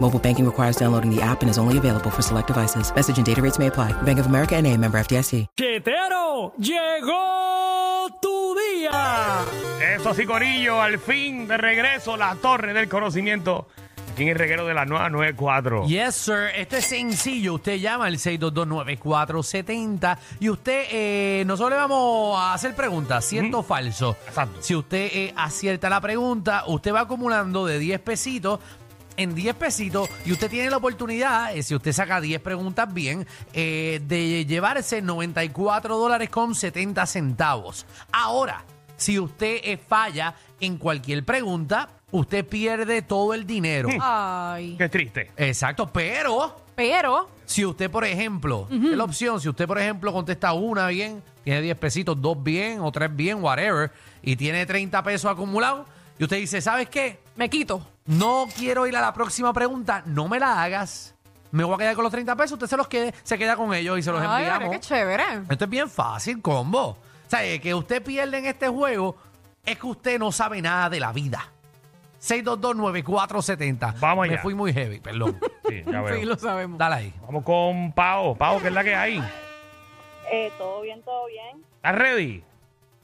Mobile banking requires downloading the app and is only available for select devices. Message and data rates may apply. Bank of America and a member FDIC. ¡Chetero! ¡Llegó tu día! Eso sí, Corillo, al fin de regreso, la torre del conocimiento. Aquí en el reguero de la 994. Yes, sir. Esto es sencillo. Usted llama al 6229470 y usted, eh, nosotros le vamos a hacer preguntas, cierto o falso. Exacto. Si usted eh, acierta la pregunta, usted va acumulando de 10 pesitos. En 10 pesitos, y usted tiene la oportunidad, eh, si usted saca 10 preguntas bien, eh, de llevarse 94 dólares con 70 centavos. Ahora, si usted eh, falla en cualquier pregunta, usted pierde todo el dinero. Hmm. Ay. Qué triste. Exacto, pero Pero, si usted, por ejemplo, es la opción, si usted, por ejemplo, contesta una bien, tiene 10 pesitos, dos bien o tres bien, whatever, y tiene 30 pesos acumulados, y usted dice, ¿sabes qué? me quito. No quiero ir a la próxima pregunta, no me la hagas, me voy a quedar con los 30 pesos, usted se los quede, se queda con ellos y se los Ay, mira enviamos. qué chévere. Esto es bien fácil, combo. O sea, eh, que usted pierde en este juego es que usted no sabe nada de la vida. 6229470. Vamos Me allá. fui muy heavy, perdón. Sí, ya Sí, veo. lo sabemos. Dale ahí. Vamos con Pau. Pau, ¿qué es la que hay? Eh, todo bien, todo bien. ¿Estás ready?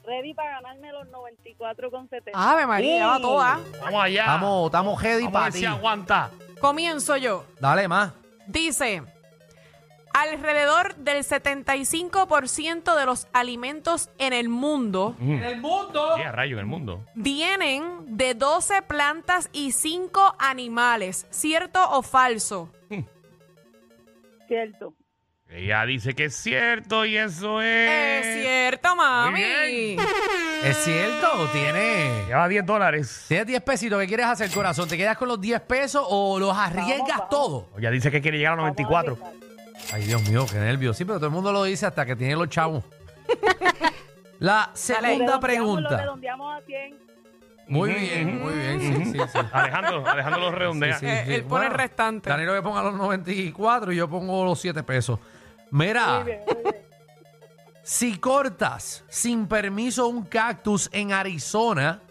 Ready para ganarme los 94,70. Ave Ah, María, Uh. va toda. Vamos allá. Estamos, estamos heavy Vamos a para ver ti. si aguanta. Comienzo yo. Dale más. Dice, alrededor del 75% de los alimentos en el mundo Sí, a rayo en el mundo. vienen de 12 plantas y 5 animales. ¿Cierto o falso? Cierto. Ella dice que es cierto y eso es. Eh. Es cierto, mami. bien. Es cierto, tiene. Lleva 10 dólares. Tienes 10 pesitos, ¿qué quieres hacer, corazón? ¿Te quedas con los 10 pesos o los arriesgas vamos. todo? Ella dice que quiere llegar a los 94. Vamos a arriesgar. Ay, Dios mío, qué nervios. Sí, pero todo el mundo lo dice hasta que tiene los chavos. La segunda Redondeamos, Lo pregunta. redondeamos a 100. Muy Ujú, bien, ujú. muy bien. Sí, sí, sí. Alejandro, Alejandro lo redondea. Sí, sí, Eh, sí. él pone el restante. Danilo que ponga los 94 y yo pongo los 7 pesos. Mira, Ah. Muy bien, muy bien. si cortas sin permiso un cactus en Arizona,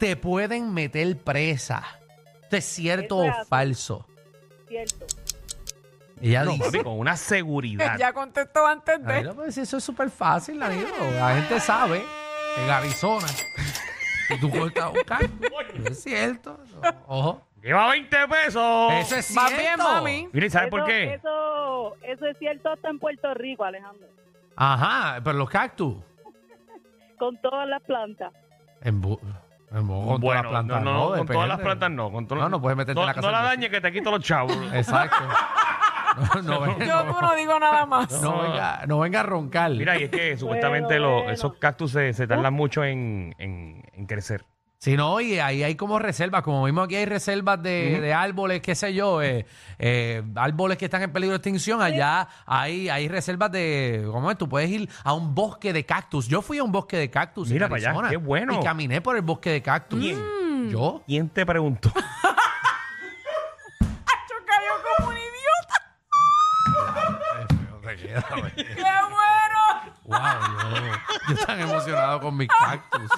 te pueden meter presa. ¿Esto es cierto Eso es o así. falso? Cierto. Ella No, dice. papi, con una seguridad. Ya contestó antes de... Danilo, pues eso es súper fácil, Danilo. La gente sabe que en Arizona. Y tú cortas un cactus. Eso es cierto. Ojo. Lleva 20 pesos. Eso es Va cierto. bien, mami. Mire, ¿sabes Eso- por qué? Eso, eso es cierto hasta en Puerto Rico, Alejandro. Ajá, pero los cactus. Con todas las plantas. En, bu- en bu- con todas Bueno, las plantas. no, no, con depende. todas las plantas no. Con todas- No, no puedes meterte no, en la casa No la del dañe que te quito los chavos. Exacto. No, no, venga, Yo no- tú no digo nada más. no venga, no venga a roncar. Mira, y es que supuestamente lo- bueno. esos cactus se, se tardan mucho en, en- en crecer. Si no, y ahí hay como reservas, como mismo aquí hay reservas de, de árboles, qué sé yo, eh, eh, árboles que están en peligro de extinción, allá hay, hay reservas de, ¿cómo es? Tú puedes ir a un bosque de cactus. Yo fui a un bosque de cactus. en Mira para allá, Arizona qué bueno. Y caminé por el bosque de cactus. Mm. ¿Yo? ¿Quién te preguntó? Yo cayó como un idiota. ¡Qué Wow, yo, yo tan emocionado con mis cactus.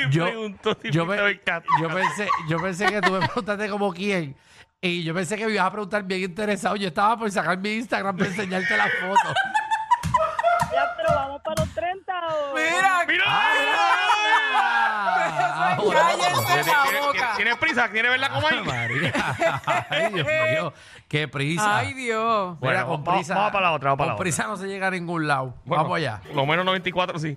¿Quién Yo- preguntó si Yo, fuiste pe- a ver cactus? yo pensé, yo pensé que tú me preguntaste como quién. Y yo pensé que me ibas a preguntar bien interesado. Yo estaba por sacar mi Instagram para enseñarte las fotos. Ya, pero vamos para los 30 o... bueno! Mira, ¡Mira! ¡Ah! Eso es Cállense la ¿Tiene- tiene- boca. ¿Tiene prisa? ¿Quiere verla como Ay, ahí? María. Ay, Dios mío. Qué prisa. Ay, Dios. Mira, Bueno, con vamos- prisa. vamos para la otra, vamos para la con prisa no se llega a ningún lado. Bueno, vamos allá. Lo menos 94, sí.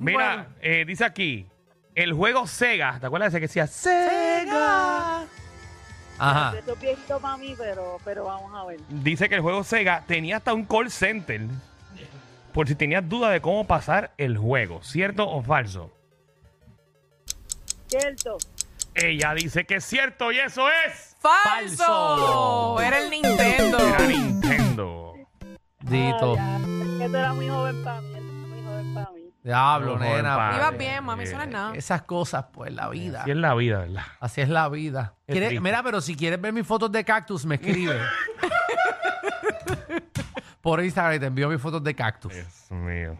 Mira, eh, dice aquí, el juego Sega. ¿Te acuerdas de ese que decía Sega? Ajá. Eso es viejito para mí, pero, pero vamos a ver. Dice que el juego Sega tenía hasta un call center. Por si tenías duda de cómo pasar el juego, ¿cierto o falso? Cierto. Ella dice que es cierto y eso es. Falso. Falso. Era el Nintendo. Era Nintendo. Dito. Ah, ya. Eso era muy joven para mí. Eso era muy joven para mí. Diablo, Joder, nena. pues, padre. Ibas bien, mami, eso no es nada. Esas cosas, pues, la vida. Así es la vida, ¿verdad? Así es la vida. Qué ¿Quieres- triste. mira, pero si quieres ver mis fotos de cactus, me escribe. Por Instagram y te envío mis fotos de cactus. Dios mío.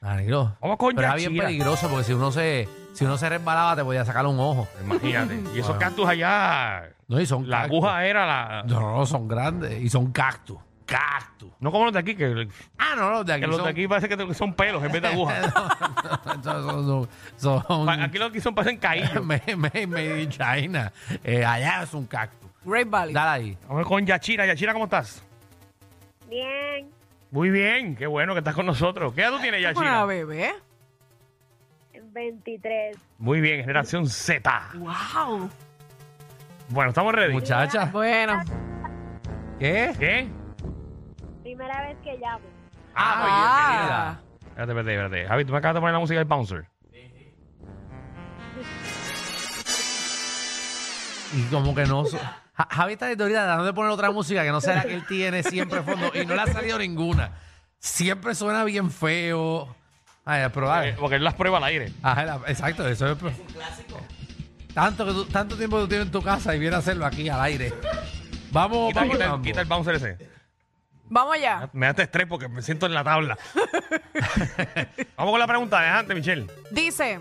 Danilo. Vamos con Pero era bien Yachira. peligroso porque si uno se, si uno se resbalaba te podía sacar un ojo. Imagínate. Y esos cactus allá, No, y son la cactus. aguja era la... No, no, son grandes. Y son cactus. Cactus. No como los de aquí, que, Ah, no, los de aquí. que los son, de aquí parece que te- son pelos en vez de agujas. son, son- son- son- Pa- Aquí los que son parecen caídos. made, made- made in China. Eh, allá es un cactus. Great Valley. Dale ahí. Vamos con Yachira. Yachira, ¿cómo estás? Bien. Muy bien, qué bueno que estás con nosotros. ¿Qué edad tú tienes, Una Yachira? bebé. 23. Muy bien, generación Z. Wow. Bueno, estamos ready. Muchacha. Bueno. ¿Qué? ¿Qué? Primera vez que llamo. Ah. Espérate, espérate, espérate. Javi, tú me acabas de poner la música del bouncer. Y como que no. so- Ja- Javi está de teoría tratando de poner otra música que no sea la que él tiene siempre de fondo y no le ha salido ninguna. Siempre suena bien feo. Ay, pero dale. Eh, porque él las prueba al aire. Ajá, la- exacto, eso es. Tanto, que tú- tanto tiempo que tú tienes en tu casa y vienes a hacerlo aquí al aire. Vamos, Quita, Oh, vamos. quita el- Mambo. quita el bouncer ese. Vamos allá. Me das estrés porque me siento en la tabla. Vamos con la pregunta de antes, Michelle. Dice,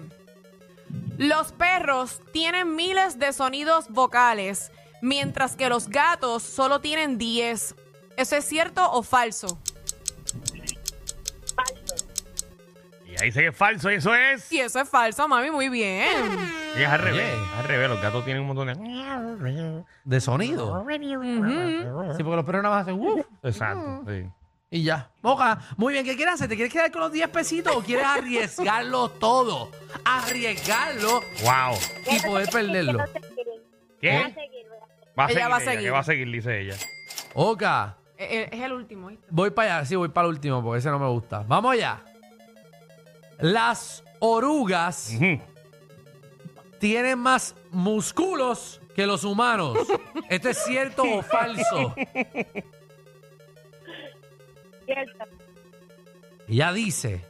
los perros tienen miles de sonidos vocales, mientras que los gatos solo tienen 10. ¿Eso es cierto o falso? Y ahí dice que es falso y eso es. Si eso es falso, mami, muy bien. Y es al revés. Yeah. Al revés, los gatos tienen un montón de. De sonido. Sí, porque los perros nada más hacen. "Uf", Exacto. sí. y ya. Moja, muy bien, ¿qué quieres hacer? ¿Te quieres quedar con los 10 pesitos o quieres arriesgarlo todo? Arriesgarlo Wow. y poder perderlo. ¿Eh? ¿Qué? Va a Ella seguir, va a ella, seguir. que va a seguir, dice ella. Oka, Eh, eh, Es el último. ¿oíste? voy para allá, sí, voy para el último porque ese no me gusta. Vamos allá. Las orugas Ujú. tienen más músculos que los humanos. ¿Esto es cierto o falso? Cierto. Ella dice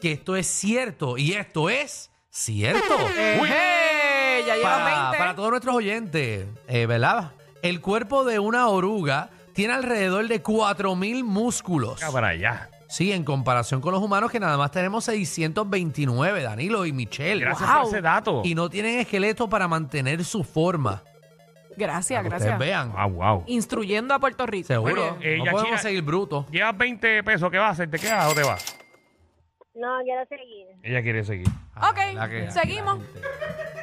que esto es cierto y esto es cierto. Eh, eh, ya llevan Para, 20. para todos nuestros oyentes, eh, ¿verdad? El cuerpo de una oruga tiene alrededor de 4.000 músculos. Ah, para allá. Sí, en comparación con los humanos que nada más tenemos 629, Danilo y Michelle. Gracias Wow. por ese dato. Y no tienen esqueleto para mantener su forma. Gracias, Para que Ustedes gracias. vean. Ah, wow. Instruyendo a Puerto Rico. Seguro. Eh, no Yachira- podemos seguir brutos. Llevas 20 pesos, ¿qué vas a hacer? ¿Te quedas o te vas? No, quiero seguir. Ella quiere seguir. Ok, la que- aquí seguimos. la gente-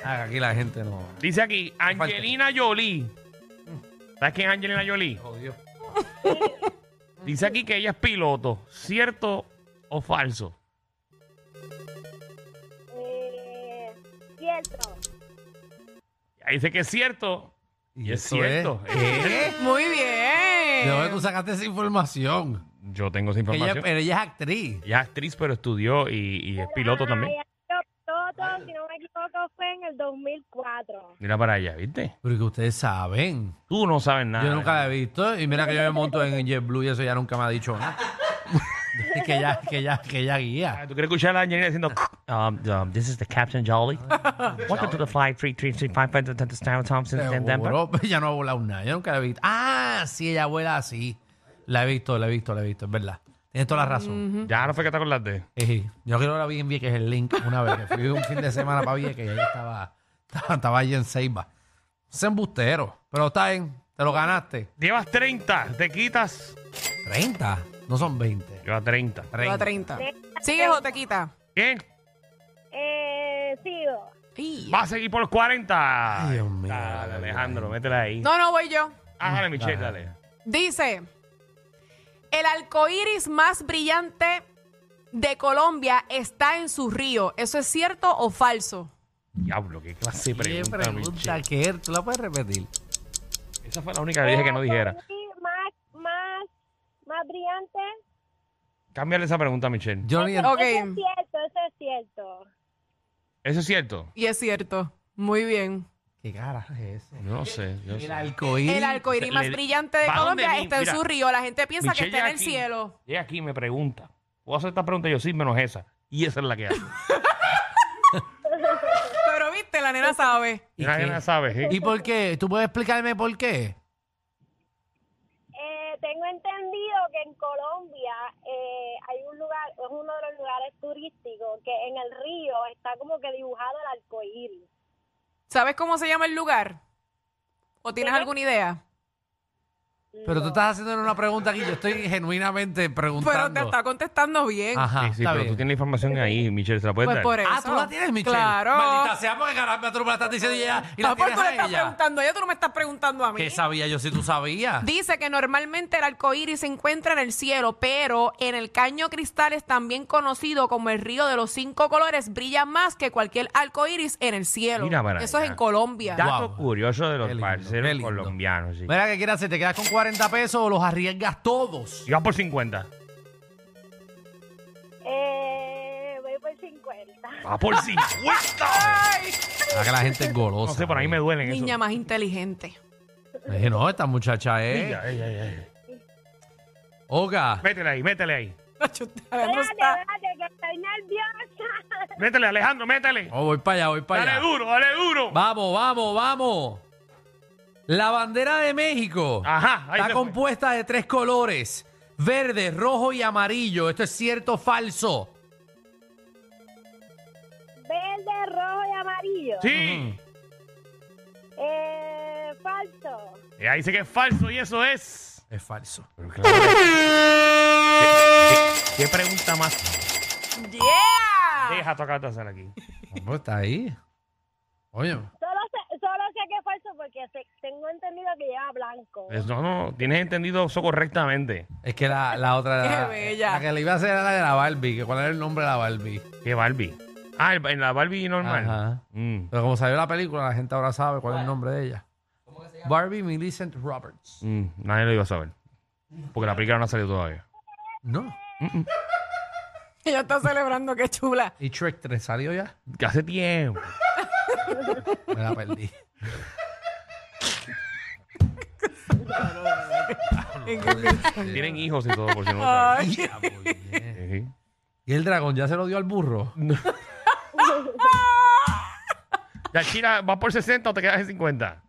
ah, Aquí la gente no. Dice aquí, Angelina Jolie. ¿Sabes quién es Angelina Jolie? Jodió. Dice aquí que ella es piloto. ¿Cierto o falso? Eh, cierto. Ahí dice que es cierto. Y es eso cierto. ¿Qué? Muy Eh. ¿De dónde tú bien. sacaste esa información? Yo tengo esa Ella, información. Ella, pero ella es actriz. es actriz, pero estudió y, y es piloto también. Ay, yo piloto, si no me equivoco, fue en el 2004. Mira para allá, ¿viste? Porque ustedes saben. Tú no sabes nada. Yo nunca la he visto. Y mira que yo me monto en JetBlue y eso ya nunca me ha dicho nada. Es que ella, que ella, que ella guía. Ah, ¿Tú quieres escuchar a la Angelina diciendo... Um, um, this is the Captain Jolie. Welcome to the flight 3335 to Stan Thompson in Denver. Seguro, pero ella no ha volado nada. Yo nunca la he visto. Ah, sí, ella vuela así. La he visto, la he visto, la he visto. Es verdad. Tienes toda la razón. Ya no fue que te acordaste. Ejí. Yo creo que la vi en Vieques, el link, una vez. que Fui un fin de semana para Vieques y ahí estaba, estaba, estaba allí en Seiba. Es embustero. Pero está bien, te lo ganaste. Llevas 30, te quitas. 30, no son 20. Llevas 30. Lleva 30. ¿Sigues o te quita? ¿Qué? Eh, sigo. Y- Va a seguir por 40. Ay, Dios mío, Dale, dale, Alejandro, métela ahí. No, no voy yo. Ah, dale, Michelle, dale. Dice: El arco iris más brillante de Colombia está en su río. ¿Eso es cierto o falso? Diablo, qué clase de ¿Qué pregunta, pregunta Michelle. que ¿Tú la puedes repetir? Esa fue la única que dije que no dijera. Sí, más, más, más brillante. Cámbiale esa pregunta, Michelle. Yo ni Ok. Eso es cierto, eso es cierto. ¿Eso es cierto? Y es cierto. Muy bien. ¿Qué cara es eso? Yo no sé. yo no sé. El arcoíris. El arco iris más le- brillante de va donde Colombia mí, está en mira. su río. La gente piensa Michelle que está en el llega aquí, cielo. Llega aquí y me pregunta. ¿Puedo hacer esta pregunta? Yo sí, menos esa. Y esa es la que hace. Pero viste, la nena sabe. ¿Y Nadie qué? la sabe. ¿eh? ¿Y por qué? ¿Tú puedes explicarme por qué? Eh, tengo entendido que en Colombia eh, hay un lugar, es uno de los lugares turísticos que en el río está como que dibujado el arco iris. ¿Sabes cómo se llama el lugar? ¿O tienes alguna idea? Pero tú estás haciendo una pregunta aquí. Yo estoy genuinamente Pero preguntando. te está contestando bien. Ajá, Sí, sí, está pero tú bien. tienes la información ahí, Michelle, se la puedes Pues dar. por eso. Ah, tú la tienes, Michelle. Maldita Claro. sea, porque caramba, tú me la estás diciendo ya. Y la No, pues tienes tú le a estás ella. preguntando a ella, tú no me estás preguntando a mí. ¿Qué sabía yo si tú sabías? Dice que normalmente el arco iris se encuentra en el cielo, pero en el caño cristales, también conocido como el río de los cinco colores, brilla más que cualquier arco iris en el cielo. Mira para Eso es allá. en Colombia. Dato Guau. curioso de Qué los lindo, qué parceros lindo. Pues- colombianos. Sí. Mira que quieras hacer, te quedas con 40 pesos o los arriesgas todos. Y vas por 50. Eh, voy por 50. Va por 50. Ay, Ah, que la gente es golosa. No sé, por ahí me duelen eso. niña más inteligente. Dije, no, esta muchacha es. Mira, ay, ay, ay. Oga. ¿Eh? Métele ahí, métele ahí. No Espérate, está. espérate, que estoy nerviosa. Métele, Alejandro, métele. Oh, voy para allá, voy para Dale allá. duro, dale duro. Vamos, vamos, vamos. La bandera de México Ajá, ahí está se fue. compuesta de tres colores: verde, rojo y amarillo. ¿Esto es cierto o falso? Verde, rojo y amarillo. Sí. Eh, falso. Y ahí dice que es falso y eso es. Es falso. Pero claro que- ¿Qué- qué- qué pregunta más? ¡Yeah! Deja tocar de hacer aquí. Hombre, está ahí. Oye. Solo sé, solo sé que es falso porque sé- tengo entendido que lleva blanco. Pues no, no, tienes entendido eso correctamente. Es que la, la otra. Qué la- bella. La que le iba a hacer era la de la Barbie. que ¿Cuál era el nombre de la Barbie? ¿Qué Barbie? Ah, el- en la Barbie normal. Ajá. Mm, Pero como salió la película, la gente ahora sabe cuál es el nombre de ella. Barbie Millicent Roberts. mm, nadie lo iba a saber. Porque la película no ha salido todavía. No. Ella está celebrando, qué chula. ¿Y Shrek 3 salió ya? Que hace tiempo. Me la perdí. Tienen hijos y todo, por si no lo saben. Ay, Sí. ¿Y el dragón ya se lo dio al burro? Ya, China, ¿vas por 60 o te quedas en 50?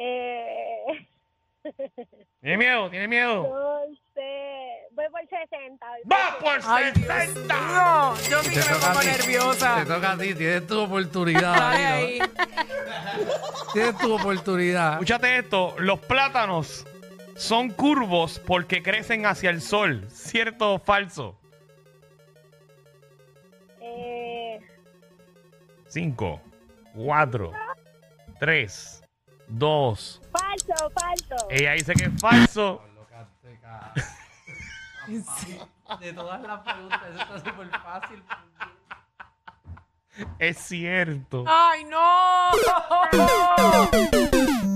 Eh, Tiene miedo, tiene miedo. entonces, voy por 60. voy por ¡Va por ay, Dios 60! mío. Yo sí que me pongo Te nerviosa. toca a ti, tienes tu oportunidad. Dale Danilo. ahí. Tienes tu oportunidad. Escúchate esto: los plátanos son curvos porque crecen hacia el sol. ¿Cierto o falso? Eh, 5, 4, 3, 2. falso, falso. Ella dice que es falso. De todas las preguntas, eso está súper fácil. Es cierto. ¡Ay, no!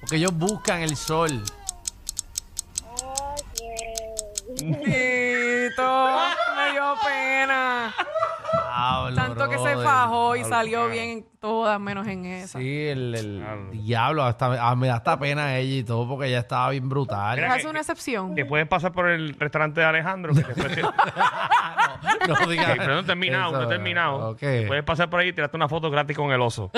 Porque ellos buscan el sol. Ok. Tito, me dio pena. Diablo, Tanto que se brother. fajó y salió bien en todas, menos en esa. Sí, el, el Diablo. diablo, hasta, ah, me da hasta pena ella y todo porque ella estaba bien brutal. Mira, Haz una excepción. Te puedes pasar por el restaurante de Alejandro. Que te ofrece- no digas Ok, pero no he terminado, eso, no he terminado. ok. Puedes pasar por ahí y tirarte una foto gratis con el oso.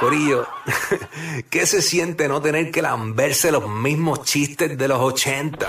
Corillo, ¿qué se siente no tener que lamberse los mismos chistes de los 80?